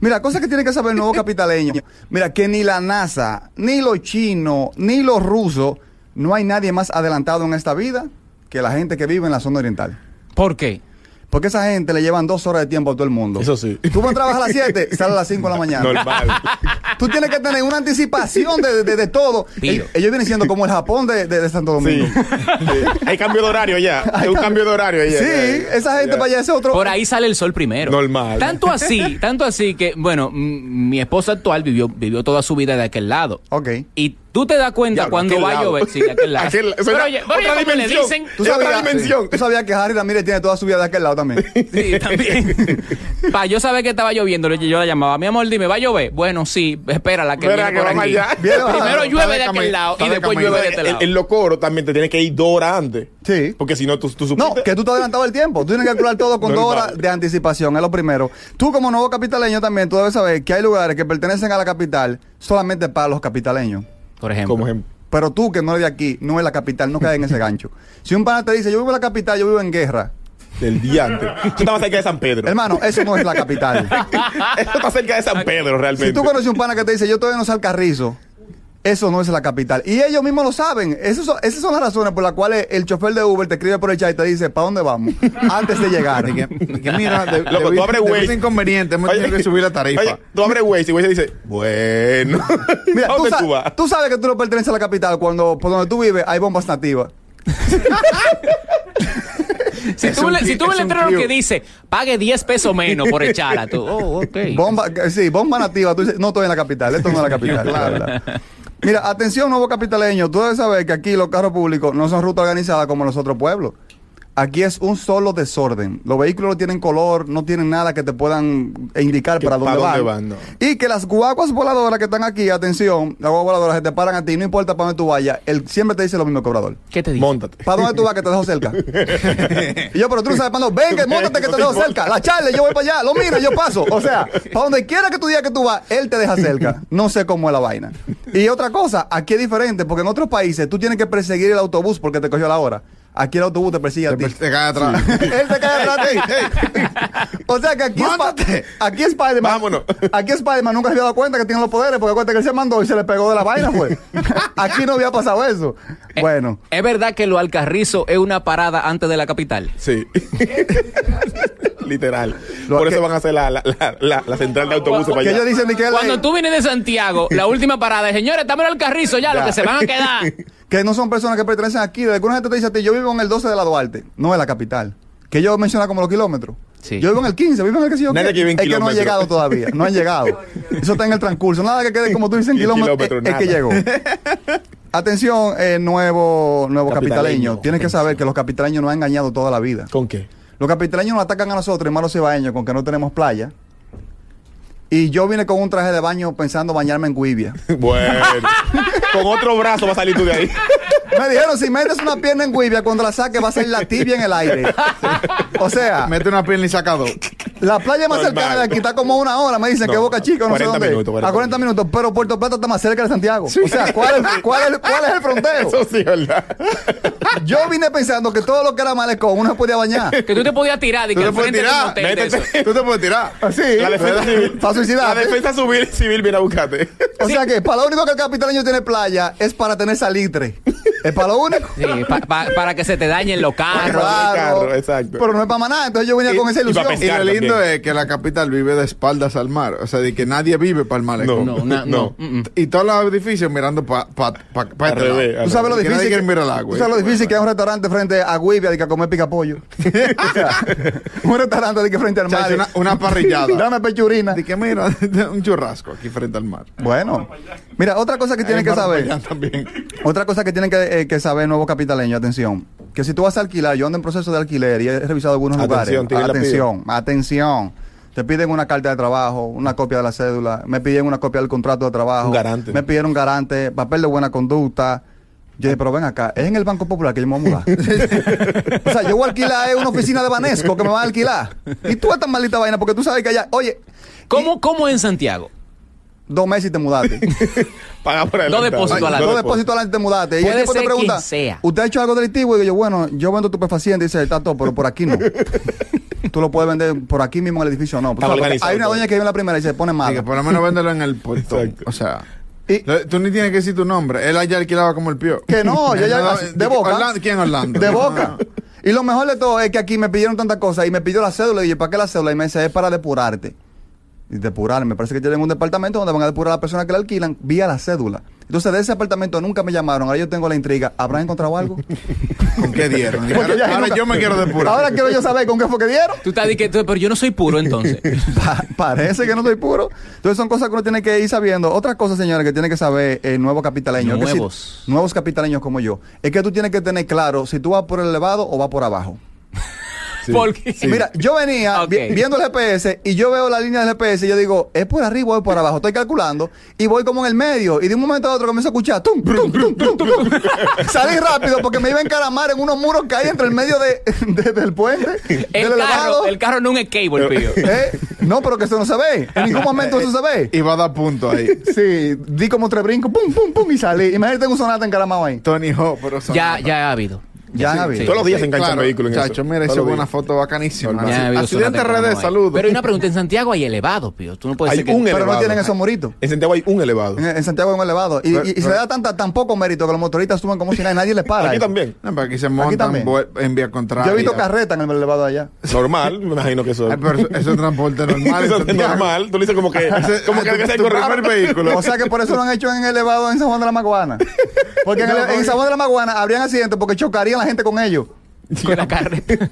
Mira, cosas que tiene que saber el nuevo capitaleño. Mira, que ni la NASA, ni los chinos, ni los rusos, no hay nadie más adelantado en esta vida que la gente que vive en la zona oriental. ¿Por qué? Porque esa gente le llevan dos horas de tiempo a todo el mundo. Eso sí. Tú vas a trabajar a las 7 y sales a las 5 de la mañana. Normal. Tú tienes que tener una anticipación de, de- de todo. Pío. Ellos, ellos vienen siendo como el Japón de, de- de Santo Sí. Domingo. Sí. Hay cambio de horario ya. Hay un cambio de horario Sí, ya. esa gente Ya. para allá es otro. Por ahí sale el sol primero. Normal. Tanto así, tanto así que, bueno, mm, mi esposa actual vivió, vivió toda su vida de aquel lado. Ok. Y tú te das cuenta Diablo, cuando aquel va a lado. llover. Sí, de aquel lado. Aquel- pero suena- oye, pero otra oye, como le dimensión. dicen, Tú- otra dimensión. tú sabías que Harry Ramírez tiene toda su vida de aquel lado también. Sí, también. Para yo saber que estaba lloviendo, yo- yo la llamaba, mi amor, dime, ¿va a llover? Bueno, sí, espérala que Espera viene que por vamos aquí. allá. Viene bajando. Primero Está llueve Está de aquel camino, lado y está de después camino. llueve de este En- lado. En los coros también te tienes que ir dos horas antes. Sí. Porque si no, tú, tú No, supiste. que tú te adelantado el tiempo. Tú tienes que calcular todo con dos Normal. horas de anticipación, es lo primero. Tú como nuevo capitaleño también, tú debes saber que hay lugares que pertenecen a la capital solamente para los capitaleños. Por ejemplo. Como ejemplo. Pero tú que no eres de aquí, no es la capital, no caes en ese gancho. Si un pana te dice, yo vivo en la capital, yo vivo en guerra. Del día antes. Tú estabas cerca de San Pedro. Hermano, eso no es la capital. Eso está cerca de San Pedro realmente. si tú conoces un pana que te dice, yo todavía no salgo al carrizo, eso no es la capital. Y ellos mismos lo saben. Esas son, esas son las razones por las cuales el chofer de Uber te escribe por el chat y te dice, ¿para dónde vamos? Antes de llegar. Y que, y que mira, de, Loco, tú abres Waze. inconveniente, hemos Oye, tenido que subir la tarifa. Oye, tú abres Waze y Waze dice, bueno. Mira, tú, ¿Dónde sa- tú vas? tú sabes que tú no perteneces a la capital cuando por donde tú vives hay bombas nativas. Si Es tú, un le- cue- si tú ves es el un letrero cue- que dice, pague 10 pesos menos por echarla, tú, oh, ok. Bomba, eh, sí, bomba nativa. Tú dices, no estoy en la capital, esto no es la capital. la verdad. Mira, atención, nuevo capitaleño. Tú debes saber que aquí los carros públicos no son rutas organizadas como los otros pueblos. Aquí es un solo desorden. Los vehículos no tienen color, no tienen nada que te puedan indicar Que para dónde, para dónde van. van, no. Y que las guaguas voladoras que están aquí, atención, las guaguas voladoras que te paran a ti, no importa para dónde tú vayas, él siempre te dice lo mismo el cobrador. ¿Qué te dice? Móntate. ¿Para dónde tú vas que te dejo cerca? y yo, pero tú no sabes para dónde. Venga, montate que te dejo cerca. La charla, yo voy para allá, lo miro, yo paso. O sea, para donde quiera que tú digas que tú vas, él te deja cerca. No sé cómo es la vaina. Y otra cosa, aquí es diferente, porque en otros países tú tienes que perseguir el autobús porque te cogió la hora. Aquí el autobús te persigue a ti. Te- te cae atrás. Él se cae atrás de ti. O sea que aquí es, pa- Mándate. aquí Spider-Man. Vámonos. Aquí Spider-Man nunca se había dado cuenta que tiene los poderes, porque cuenta que él se mandó y se le pegó de la vaina, pues. Aquí no había pasado eso. Eh, Bueno. ¿Es verdad que lo Alcarrizo es una parada antes de la capital? Sí. Literal. Lo Por que- eso van a hacer la, la, la, la- la central de autobuses para Que allá. ellos dicen ni que, él- Cuando tú vienes de Santiago, la última parada es, señores, dame el Alcarrizo ya, Ya. lo que se van a quedar. que no son personas que pertenecen aquí. De alguna gente te dice a ti, yo vivo en el 12 de la Duarte, no en la capital. Que yo menciona como los kilómetros. Sí. Yo vivo en el 15, vivo en el que sé yo Nadie qué. que vive en Es que no ha kilómetros. llegado todavía, no han llegado. Eso está en el transcurso. Nada que quede como tú dices en Ni kilómetros, kilómetro, es, es que nada. llegó. Atención, eh, nuevo, nuevo capitaleño. Capitaleño. Tienes que saber que los capitaleños nos han engañado toda la vida. ¿Con qué? Los capitaleños nos atacan a nosotros, hermanos cibaeños, con que no tenemos playa. Y yo vine con un traje de baño pensando bañarme en Guivia. Bueno. Con otro brazo va a salir tú de ahí. Me dijeron, si metes una pierna en Guivia, cuando la saques va a salir la tibia en el aire. O sea, Mete una pierna y saca dos. la playa más Normal. cercana de aquí está como una hora. Me dicen No, que Boca Chica, no sé 40 dónde. minutos, 40 a 40 minutos. Pero Puerto Plata está más cerca de Santiago. O sea, ¿cuál es, cuál es- cuál es el fronteo? Eso sí, ¿verdad? Yo vine pensando que todo lo que era malecón uno se podía bañar. Que tú te podías tirar. y Tú que te al puedes frente de un tirar. hotel de métete. eso. Tú te puedes tirar. Así. La defensa civil. Para La suicidar. defensa civil, civil viene a buscarte. O sea que para lo único que el capitaleño tiene playa es para tener salitre. Es para lo único. Sí, pa- pa- para que se te dañen los carros. Claro. exacto. Pero no es para maná. Entonces yo venía Y- con esa y pa' ilusión. pescar. Y lo lindo también. es que la capital vive de espaldas al mar. O sea, de que nadie vive para el malecón. No, na- no. Mm, mm. Y todos los edificios mirando para pa, pa, pa Al este revés, lado. al Tú sabes lo Que nadie difícil. quiere mirar el agua. eh. tú sabes lo difícil que es un restaurante frente a Guivia de que a comer pica pollo. O sea, un restaurante de que frente al mar. Chacho, una, una parrillada. Dame pechurina. de que mira, un churrasco aquí frente al mar. Bueno, mira, otra cosa que tienen Hay que un bar saber. allá También. Otra cosa que tienen que, eh, que saber, nuevo capitaleño, atención. Que si tú vas a alquilar, yo ando en proceso de alquiler y he revisado algunos Atención, lugares. Tigre la pide. Atención, atención. Te piden una carta de trabajo, una copia de la cédula, me pidieron una copia del contrato de trabajo. Un garante. Me pidieron un garante, papel de buena conducta. Yo dije, pero ven acá, es en el Banco Popular que yo me voy a mudar. o sea, yo voy a alquilar eh, una oficina de Banesco que me van a alquilar. Y tú esta maldita vaina, porque tú sabes que allá, oye, ¿Cómo, ¿Cómo en Santiago? dos meses y te mudaste. Paga por Dos adelantado. depósitos Ay, adelante. dos depósitos adelante te mudaste. Y el Puede tipo te ser quien pregunta, sea. ¿usted ha hecho algo delictivo? Y yo, bueno, yo vendo estupefaciente. Y dice, está todo, pero por aquí no. Tú lo puedes vender por aquí mismo en el edificio, no. Está Porque organizado hay una todo. doña que vive en la primera y se pone Así mala. que por lo menos véndelo en el puerto. Exacto. O sea, Y- lo- tú ni tienes que decir tu nombre. Él allá alquilaba como el pío. Que no, yo ya- Nada- de Boca. Orlando- ¿Quién Orlando? De No, boca. no. Y lo mejor de todo es que aquí me pidieron tantas cosas y me pidió la cédula y yo, ¿para qué la cédula? Y me dice, es para depurarte. Y depurar, me parece que tienen un departamento donde van a depurar a la persona que la alquilan vía la cédula. Entonces de ese apartamento nunca me llamaron, ahora yo tengo la intriga, ¿habrán encontrado algo? ¿Con qué dieron? Porque ya ahora ahora nunca- yo me quiero depurar. Ahora quiero yo saber con qué fue que dieron. Tú estás diciendo, pero yo no soy puro entonces. Pa- parece que no estoy puro. Entonces son cosas que uno tiene que ir sabiendo. Otra cosa, señores, que tiene que saber el nuevo capitaleño. es que si- Nuevos. nuevos capitaleños como yo. Es que tú tienes que tener claro si tú vas por el elevado o vas por abajo. Sí. Porque Mira, yo venía Ok. vi- viendo el GPS y yo veo la línea del GPS y yo digo, ¿es por arriba o es por abajo? Estoy calculando y voy como en el medio y de un momento a otro comienzo a escuchar tum, tum, tum, tum, tum. Salí rápido porque me iba a encaramar en unos muros que hay entre el medio de, de- del puente, del el elevado. carro, el carro no es un cable, pío. ¿Eh? No, pero que eso no se ve. En ningún momento eso se ve. Y va a dar punto ahí. Sí, di como tres brincos, pum, pum, pum y salí. Imagínate tengo un sonata encaramado ahí. Tony Hawk, pero son- Ya, ya ha habido. Ya han habido. Todos los días se enganchan Claro, vehículos en Chacho, eso. mira, Todos hizo los una días. foto bacanísima. Ya ha habido Accidente zonas redes, que no hay. saludos. Pero hay una pregunta, en Santiago hay elevado, pío. Tú no puedes Hay decir que- un Pero no elevado. tienen esos muritos. En Santiago hay un elevado. En, en Santiago es un elevado. Y, y- y se le da tanta, tan poco mérito que los motoristas suben como si nada, nadie les para. Aquí ahí. también. No, pero aquí se montan también. vuel- en vía contraria. Yo he visto carreta en el elevado allá. Normal, me imagino que eso. Ay, pero eso- eso es transporte normal. Eso es Santiago. normal. Tú le dices como que. Ese- Como que tu- regresa tu correr. primer vehículo. O sea que por eso lo han hecho en el elevado en San Juan de la Maguana. Porque en, el- No, en porque- San Juan de la Maguana habrían accidentes porque chocarían la gente con ellos. con la carretera.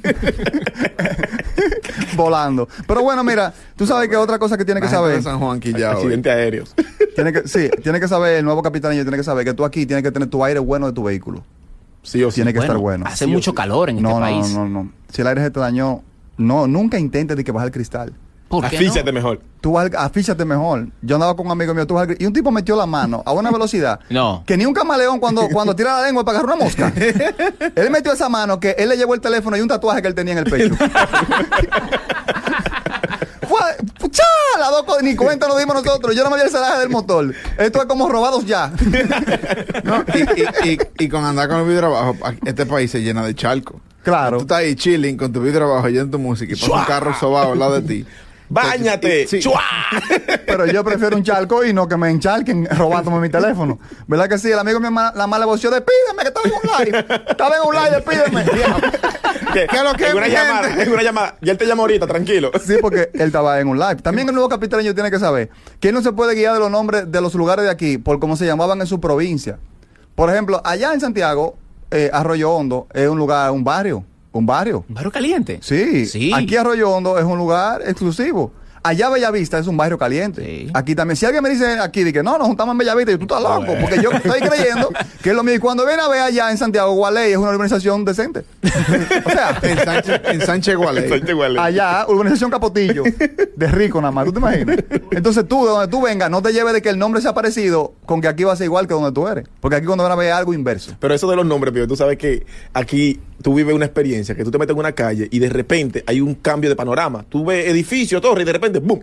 Volando. Pero bueno, mira, tú sabes que otra cosa que tiene La que gente saber. de San Juan Quillao. Accidentes aéreos. Tiene que, sí, tiene que saber, el nuevo capitán tiene que saber que tú aquí tienes que tener tu aire bueno de tu vehículo. Sí o sí. Tiene que Bueno, estar bueno. Hace mucho calor en no, este no, país. no, no, no. Si el aire se te dañó, no, nunca intentes de que bajar el cristal. ¿Por qué Afíchate no? mejor. Tú vas al- afíchate mejor. Yo andaba con un amigo mío, tú vas al- y un tipo metió la mano a una velocidad No. que ni un camaleón cuando, cuando tira la lengua para agarrar una mosca. él metió esa mano que él le llevó el teléfono y un tatuaje que él tenía en el pecho. Fue, pucha, las dos cosas, ni cuenta nos dimos nosotros. Yo no me di el salaje del motor. Esto es como robados ya. No, y, y- y- y con andar con el vidrio abajo, a- este país se llena de charco. Claro. Tú estás ahí chilling con tu vidrio abajo oyendo tu música y pasa un ¡Chua! carro sobado al lado de ti. ¡Báñate! Sí. ¡Chua! Pero yo prefiero un charco y no que me encharquen robándome mi teléfono. ¿Verdad que sí? El amigo mío, ma- la mala voció de pídeme que estaba en un live. Estaba en un live, pídeme. ¿Qué ¿Qué es lo que en una mi llamada, gente? en una llamada. Ya él te llama ahorita, tranquilo. Sí, porque él estaba en un live. También el nuevo capitaleño tiene que saber que él no se puede guiar de los nombres de los lugares de aquí por cómo se llamaban en su provincia. Por ejemplo, allá en Santiago, eh, Arroyo Hondo es un lugar, un barrio. Un barrio. ¿Un barrio caliente? Sí. Sí. Aquí Arroyo Hondo es un lugar exclusivo. Allá Bellavista es un barrio caliente. Sí. Aquí también. Si alguien me dice aquí de que no, nos juntamos en Bellavista, yo tú estás loco, Bueno. porque yo estoy creyendo que es lo mismo. Y cuando ven a ver allá en Santiago, Gualey es una organización decente. o sea, En Sánchez, en Sánchez Gualey. Estoy igual. allá, urbanización Capotillo, de rico nada más, ¿tú te imaginas? Entonces tú, de donde tú vengas, no te lleves de que el nombre sea parecido con que aquí va a ser igual que donde tú eres. Porque aquí cuando van a ver algo inverso. Pero eso de los nombres, pero tú sabes que aquí tú vives una experiencia, que tú te metes en una calle y de repente hay un cambio de panorama. Tú ves edificio, torre y de repente, ¡boom!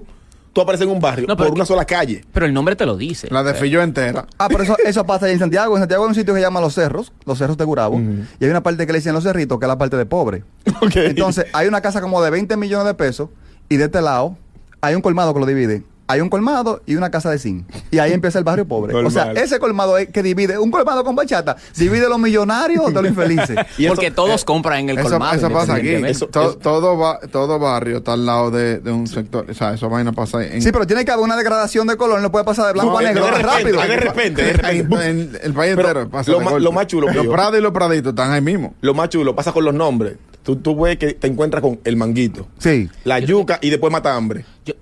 Tú apareces en un barrio No, pero por que- una sola calle. Pero el nombre te lo dice. La desfilló entera. Ah, pero eso, eso pasa allá en Santiago. En Santiago hay un sitio que se llama Los Cerros, Los Cerros de Gurabo. Y hay una parte que le dicen Los Cerritos, que es la parte de pobre. Ok. Entonces, hay una casa como de 20 millones de pesos y de este lado hay un colmado que lo divide. Hay un colmado y una casa de zinc. Y ahí empieza el barrio pobre. O sea, Normal. ese colmado es que divide, un colmado con bachata, divide los millonarios de los infelices. y eso- Porque todos compran en el eso, colmado. eso pasa aquí. independientemente. Eso- todo, todo, ba- todo barrio está al lado de, de un sector. O sea, esa vaina pasa en. Sí, pero tiene que haber una degradación de color, no puede pasar de blanco No, a es negro de repente, rápido. Ah, es de repente, de repente. en, en el país Pero entero pasa lo de ma- golpe. lo más chulo, Los Pío. prados y los praditos están ahí mismo. Lo más chulo pasa con los nombres. Tú, tú ves que te encuentras con el manguito, Sí. la yuca y después mata hambre. Yo-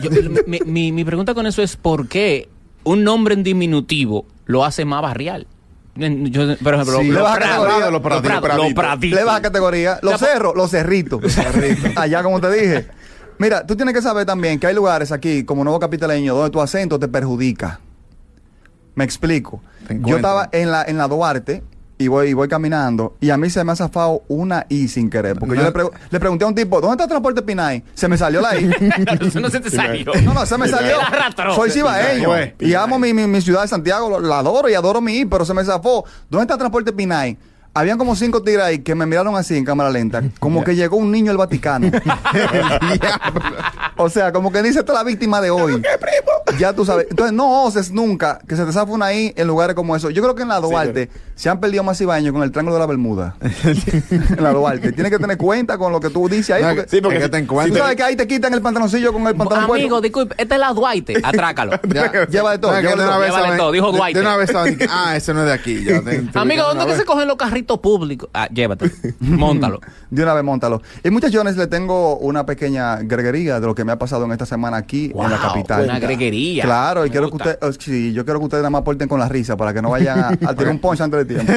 yo- mi, mi- mi pregunta con eso es: ¿por qué un nombre en diminutivo lo hace más barrial? En- yo- por ejemplo, Sí, le baja categoría, lo Prado, Prado, lo lo Pradito. Pradito. Le baja categoría. Los O sea, cerros, los cerritos. Allá, como te dije. Mira, tú tienes que saber también que hay lugares aquí, como nuevo capitaleño, donde tu acento te perjudica. Me explico. Te Yo encuentran. estaba en la, en la Duarte y voy, y voy caminando y a mí se me ha zafado una I sin querer. Porque yo le, pregu- le pregunté a un tipo, ¿dónde está el transporte Pinay? Se me salió la I. Eso no se te salió. No, no, se me salió. Él arrastró. Soy cibaeño. Pinay, Y amo mi, mi- mi ciudad de Santiago, lo- la adoro y adoro mi I, pero se me zafó. ¿Dónde está el transporte Pinay? Habían como cinco tigres ahí que me miraron así en cámara lenta, como que llegó un niño al Vaticano. o sea, como que dice, esta es la víctima de hoy. Ya tú sabes. Entonces, no oses nunca que se te zafa una I en lugares como eso. Yo creo que en la Duarte se han perdido más cibaeños con el Triángulo de la Bermuda. en la Duarte. Tienes que tener cuenta con lo que tú dices ahí. No, porque- sí, porque Es que te te Tú encuentras. sabes que ahí te quitan el pantaloncillo con el pantalón puesto. Amigo, disculpe, este es la Duarte. Atrácalo. Lleva de todo, No, es lleva que de todo, una vez lleva de saben- todo, dijo de- Duarte. De una vez saben, ah, ese no es de aquí. Ya, te- te Amigo, ubican ¿dónde una que vez. se cogen los carritos públicos? Ah, llévatelo. Móntalo. De una vez, montalo. Y muchachones, le tengo una pequeña greguería de lo que me ha pasado en esta semana aquí en la Wow, capital. una greguería. Claro, y Me quiero gusta. que ustedes, sí, yo quiero que ustedes nada más aporten con la risa para que no vayan a, a tirar un ponche antes de tiempo.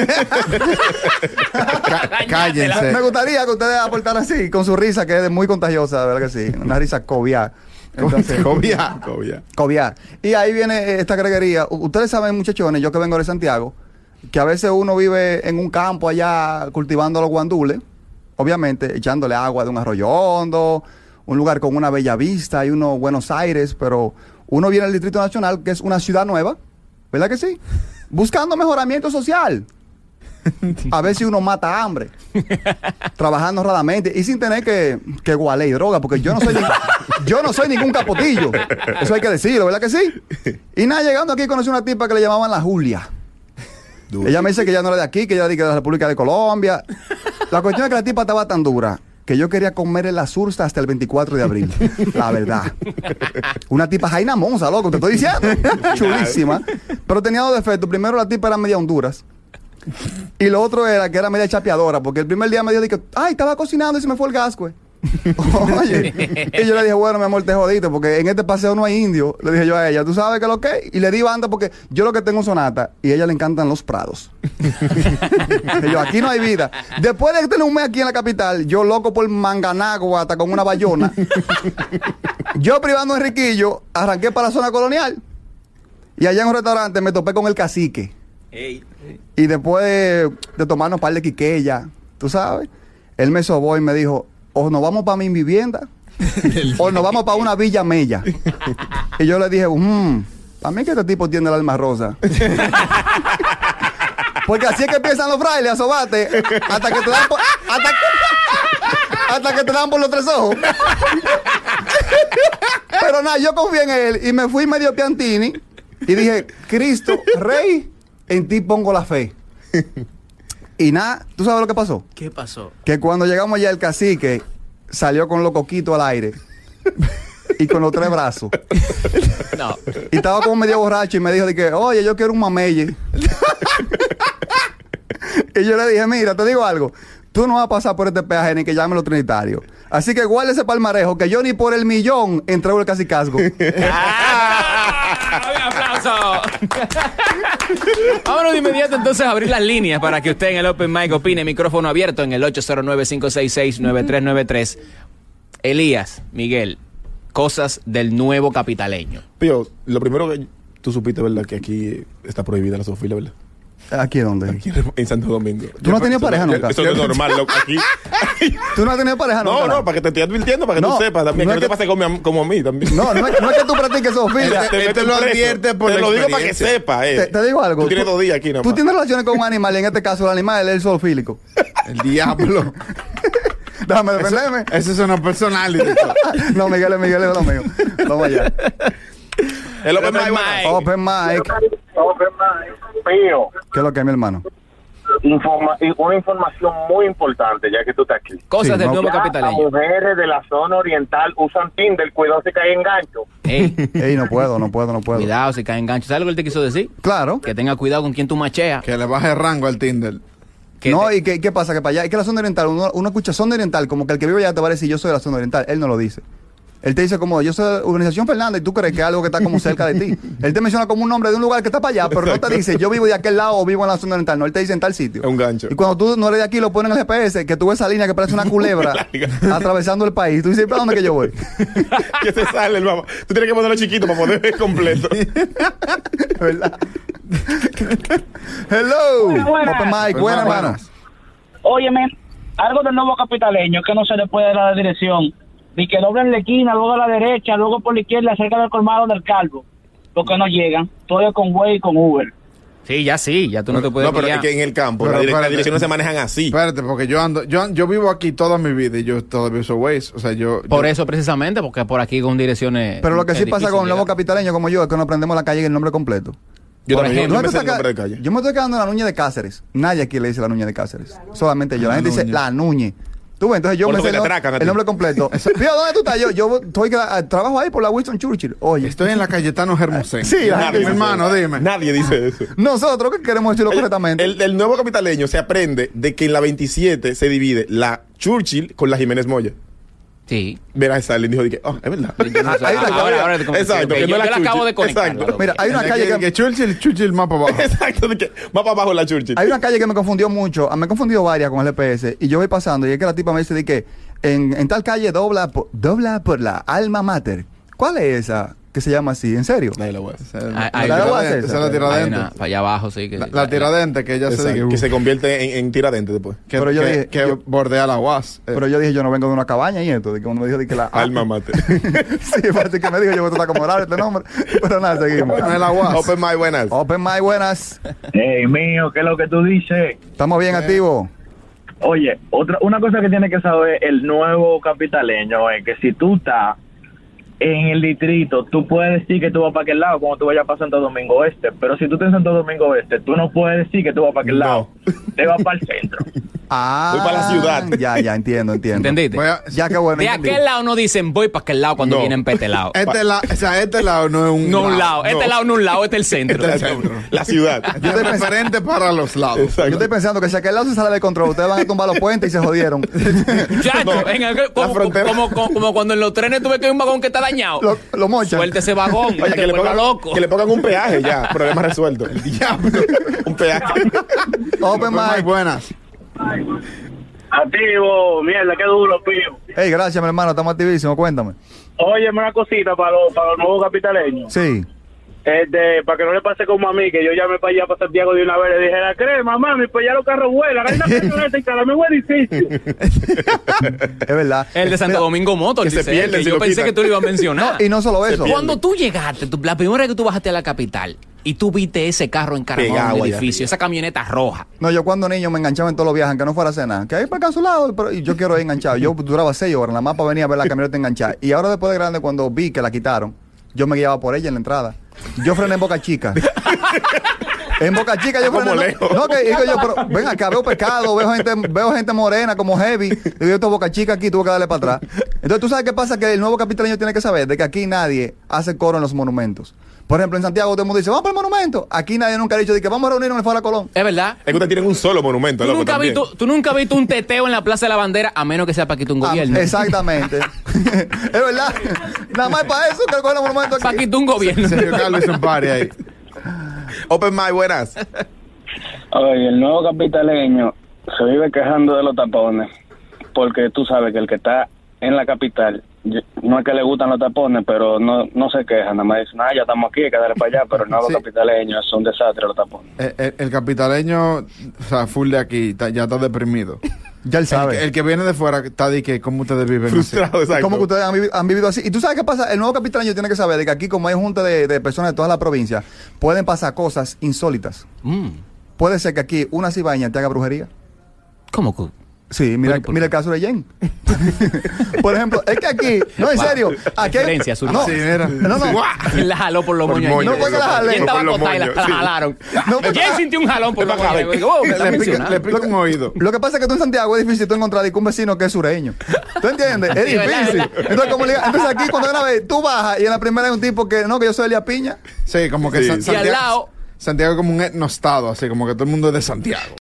Ca- cállense. me gustaría que ustedes aportaran así, con su risa, que es muy contagiosa, de verdad que sí. Una risa cobiar. Entonces, Cobia. Cobia. cobiar. Y ahí viene eh, esta greguería. U- Ustedes saben, muchachones, yo que vengo de Santiago, que a veces uno vive en un campo allá cultivando los guandules, obviamente echándole agua de un arroyo hondo, un lugar con una bella vista y unos Buenos Aires, pero uno viene al Distrito Nacional, que es una ciudad nueva, ¿verdad que sí? Buscando mejoramiento social. A ver si uno mata hambre, trabajando honradamente y sin tener que, que gualé y droga, porque yo no soy ni- yo no soy ningún capotillo. Eso hay que decirlo, ¿verdad que sí? Y nada, llegando aquí conocí una tipa que le llamaban la Julia. Ella me dice que ya no era de aquí, que ella era de que era de la República de Colombia. La cuestión es que la tipa estaba tan dura que yo quería comer el azursta hasta el 24 de abril. La verdad. Una tipa Jaina Monza, loco, te estoy diciendo. Chulísima. Pero tenía dos defectos. Primero, la tipa era media Honduras. Y lo otro era que era media chapeadora, porque el primer día me dijo, de que, ay, estaba cocinando y se me fue el gas, güey. Oye, y yo le dije, bueno, mi amor, te jodiste, porque en este paseo no hay indio. Le dije yo a ella, ¿tú sabes qué es lo que? es?". Y le di banda porque yo lo que tengo es sonata y a ella le encantan los prados. Y yo, aquí no hay vida. Después de tener un mes aquí en la capital, yo loco por Manganagua hasta con una bayona. yo privando a Enriquillo, arranqué para la zona colonial. Y allá en un restaurante me topé con el cacique. Y después de, de tomarnos un par de quiqueya, tú sabes, él me sobó y me dijo, o nos vamos para mi vivienda, o nos vamos para una villa mella. y yo le dije, mmm, a mí que este tipo tiene el alma rosa. Porque así es que empiezan los frailes a sobarte hasta que te dan por, hasta, hasta que te dan por los tres ojos. Pero nada, yo confié en él y me fui medio piantini y dije, Cristo, Rey, en ti pongo la fe. Y nada, ¿tú sabes lo que pasó? ¿Qué pasó? Que cuando llegamos allá el cacique salió con los coquitos al aire y con los tres brazos. No. Y estaba como medio borracho y me dijo de que, oye, yo quiero un mamelle. y yo le dije, mira, te digo algo. Tú no vas a pasar por este peaje ni que llamen los trinitarios. Así que guarda ese palmarejo que yo ni por el millón entrego el casicazgo. ¡Ah! ¡Un aplauso! Vámonos de inmediato entonces a abrir las líneas para que usted en el Open Mic opine. Micrófono abierto en el 809-566-9393. Elías, Miguel, cosas del nuevo capitaleño. Pío, lo primero que tú supiste, ¿verdad? Que aquí está prohibida la zoofilia, ¿verdad? ¿Aquí dónde? Aquí en- en Santo Domingo. ¿Tú no has tenido Eso- pareja eso- nunca? Eso no es normal, loco, aquí. ¿Tú Ah, no has tenido pareja No, nunca, no, para que te estoy advirtiendo, para que No, tú sepas también. no es que no te que- pase como a, mí- como a mí también. No, no es, no es que tú practiques zoofilia. eh, Este- este lo advierte por Te la lo digo para que experiencia. sepa, eh. Te, te digo algo. Tú tienes dos días aquí, ¿no? Tú tienes relaciones con un animal y en este caso el animal es el zoofílico. El diablo. Déjame defenderme. Eso suena personal. director. no, Miguel, Miguel es lo mío. Vamos allá. El Open Open Mic, bueno. Mic. Open mic. Pío, ¿Qué es lo que es, mi hermano? informa- una información muy importante, ya que tú estás aquí. Cosas Sí, del no- nuevo Ya las capitaleño. mujeres de la zona oriental usan Tinder, cuidado se cae en gancho. Ey, Ey, no puedo, no puedo, no puedo. cuidado si caen ganchos. ¿Sabes lo que él te quiso decir? Claro. Que tenga cuidado con quien tú macheas. que le baje el rango al Tinder. Que no, te- ¿y qué, qué pasa? Que para allá, es que la zona oriental, uno, uno escucha zona oriental, como que el que vive allá te va a decir yo soy de la zona oriental. Él no lo dice. Él te dice como yo soy de Urbanización Fernanda y tú crees que es algo que está como cerca de ti. Él te menciona como un nombre de un lugar que está para allá, pero no te dice yo vivo de aquel lado o vivo en la zona oriental. No, él te dice en tal sitio. Es un gancho. Y cuando tú no eres de aquí, lo ponen en el GPS, que tú ves esa línea que parece una culebra atravesando el país. Tú dices, ¿para dónde que yo voy? que se sale el mapa. Tú tienes que ponerlo chiquito para poder ver completo. ¿Verdad? Hello. Buenas, buenas. Open mic, buenas, Buenas, hermano. buenas. Óyeme, algo del nuevo capitaleño que no se le puede dar la dirección. Ni que doblen la esquina, luego a la derecha, luego por la izquierda, cerca del colmado del calvo. Porque no llegan. Todavía con Way y con Uber. Sí, ya sí, ya tú no te puedes No, pero es guiar. que en el campo Pero las dire- las espérate. direcciones se manejan así. Espérate, porque yo ando, yo, yo vivo aquí toda mi vida y yo todavía uso Waze. O sea, yo. Por yo- eso precisamente, porque por aquí con direcciones... Pero lo que sí es pasa difícil con lobos llegar. capitaleños como yo es que no aprendemos la calle y el nombre completo. Yo Por también Yo yo ejemplo, me, me sé el estoy nombre de queda- calle. yo me estoy quedando en la Nuña de Cáceres. Nadie aquí le dice la Nuña de Cáceres. Solamente yo. La gente dice la Nuñe. Tú ves, entonces yo Por me eso sé que el, te nom- atracan a el ti. nombre completo. Fíjate, ¿dónde tú estás? Yo, yo estoy, queda- trabajo ahí por la Winston Churchill. Oye, Este- Estoy en la Cayetano Hermosén. Sí, la gente mi dice- hermano, dime. Nadie dice eso. nosotros que queremos decirlo correctamente. El, el nuevo capitaleño se aprende de que en la 27 se divide la Churchill con la Jiménez Moya. Sí. Verás, Stalin dijo, dije, oh, es verdad. Ahí la- Ah, ahora, ahora te convencí. Exacto, Ok, que no yo, la yo la acabo de chuche. conectar. Exacto. Lalo. Mira, hay una calle que, que Churchill, Churchill más para abajo. Exacto, de que va para abajo la Churchill. Hay una calle que me confundió mucho. ah, Me he confundido varias con el EPS. Y yo voy pasando y es que la tipa me dice de que en, en tal calle dobla por, dobla por la alma mater. ¿Cuál es esa que se llama así? ¿En serio? Nadie lo va a hacer. Ay, Esa ay, es yo- la tiradente, esa es la Hay una- tiradente. para allá abajo, sí. Que, La- La tiradente que uh. ella se Exacto, que se convierte en, en tiradente después. que, Pero yo que- dije- que yo- bordea la UAS. Eh, Pero yo dije, yo no vengo de una cabaña y esto. De que cuando me dijo de que la Alma mate. sí, parece que me dijo, yo voy a estar como raro este nombre. Pero nada, seguimos. no es la UAS. Open my buenas. Open my buenas. Ey, mío, ¿qué es lo que tú dices? Estamos bien activos. Oye, otra, una cosa que tiene que saber el nuevo capitaleño es que si tú estás en el distrito, tú puedes decir que tú vas para aquel lado cuando tú vayas para Santo Domingo Oeste, pero si tú estás en Santo Domingo Oeste, tú no puedes decir que tú vas para aquel No. lado, te vas para el centro. Ah. Voy para la ciudad. Ya, ya, entiendo, entiendo. ¿Entendiste? Voy a- Ya, qué bueno. De entendí. aquel lado no dicen voy para aquel lado cuando No. vienen para este lado. Este lado, o sea, este lado no es un no un lado. Este lado no un lado, este es el centro. Este es el centro. La ciudad. Yo estoy referente para los lados. Yo estoy Exacto. pensando que si aquel lado se sale de control, ustedes van a tumbar los puentes y se jodieron. Chacho, en aquel- como, frontera. como- como- como cuando en los trenes tú ves que hay un vagón que está dañado. Lo, lo mochan. Suelta ese vagón, Oye, que le, ponga pongan, loco. que le pongan un peaje ya. Problema resuelto. Diablo. un peaje. Open Muy mic. buenas. Activo, mierda, qué duro, pío. Hey, gracias, mi hermano. Estamos activísimos. Cuéntame. Óyeme una cosita para los, para los nuevos capitaleños. Sí. Este, para que no le pase como a mí, que yo llamé para allá, para Santiago de una vez, le dije, la crema, mami, pues ya los carros vuelan. Hay una crema en este mi buen edificio. Es verdad. El de Santo Mira, Domingo Motor, que se dice él, pierden que si yo lo pensé quitan. que tú lo ibas a mencionar. Y no solo eso. pierde. Cuando tú llegaste, tú- la primera vez que tú bajaste a la capital y tú viste ese carro encaramado Pegado en el allá edificio, esa camioneta roja. No, yo cuando niño me enganchaba en todos los viajes, aunque no fuera a cenar. Que ahí para acá a su lado, pero y yo quiero ir enganchado. Yo duraba seis horas, nada más para venir a ver la camioneta enganchada. Y ahora después de grande, cuando vi que la quitaron, yo me guiaba por ella en la entrada. Yo frené en Boca Chica. En Boca Chica yo Como frené. no- lejos. No, que digo yo, pero ven acá, veo pecado, veo gente, veo gente morena como heavy. Digo, yo esto es Boca Chica aquí, tuve que darle para atrás. Entonces, ¿tú sabes qué pasa? Que el nuevo capitaleño tiene que saber de que aquí nadie hace coro en los monumentos. Por ejemplo, en Santiago todo el mundo dice, vamos para el monumento. Aquí nadie nunca ha dicho de que vamos a reunirnos en el Foro Colón. Es verdad. Es que ustedes tienen un solo monumento, Tú loco, nunca, has también. visto, tú nunca has visto un teteo en la Plaza de la Bandera, a menos que sea Paquito un Ah, gobierno. exactamente. es verdad. Nada más para eso que cogen los monumentos aquí. Paquito un gobierno. Sergio Carlos hizo un party ahí. Open my buenas. Oye, el nuevo capitaleño se vive quejando de los tapones, porque tú sabes que el que está en la capital, yo- no es que le gustan los tapones, pero no, no se queja, nada más dice, nada, ya estamos aquí, hay que darle para allá, pero el nuevo Sí. capitaleño es un desastre los tapones. El, el- Eh, el capitaleño, o sea, full de aquí, está- ya está deprimido. Ya él El, que- sabe. el que viene de fuera está de que, ¿cómo ustedes viven? así? Frustrado, exacto. Como que ustedes han, vivi- han vivido así. Y tú sabes qué pasa. El nuevo capitaleño tiene que saber de que aquí, como hay junta de, de personas de toda la provincia, pueden pasar cosas insólitas. Mm, Puede ser que aquí una cibaña te haga brujería. ¿Cómo? cu- Sí, mira, Bueno, ¿por mira el caso de Jen. por ejemplo, es que aquí, no, en Wow. serio, aquí hay- Referencia, su- no, Sí, mira. no, no, ¿Quién la jaló por los Por moños? moño, No fue que la ¿Quién jalé. estaba Por los acostada y la, moños, la sí. jalaron? No fue que- ¿Quién sintió un jalón por los Es para moños? Oh, me está Le pica, mencionando. le pica un oído. Lo que pasa es que tú en Santiago es difícil tú encontrar de que un vecino que es sureño. ¿Tú entiendes? Es Sí, ¿verdad, difícil. verdad? Entonces, como le- entonces aquí cuando una vez tú bajas y en la primera hay un tipo que no, que yo soy Elia Piña. Sí, como que Sí. San- Y al Santiago, lado- Santiago es como un etnostado, así como que todo el mundo es de Santiago.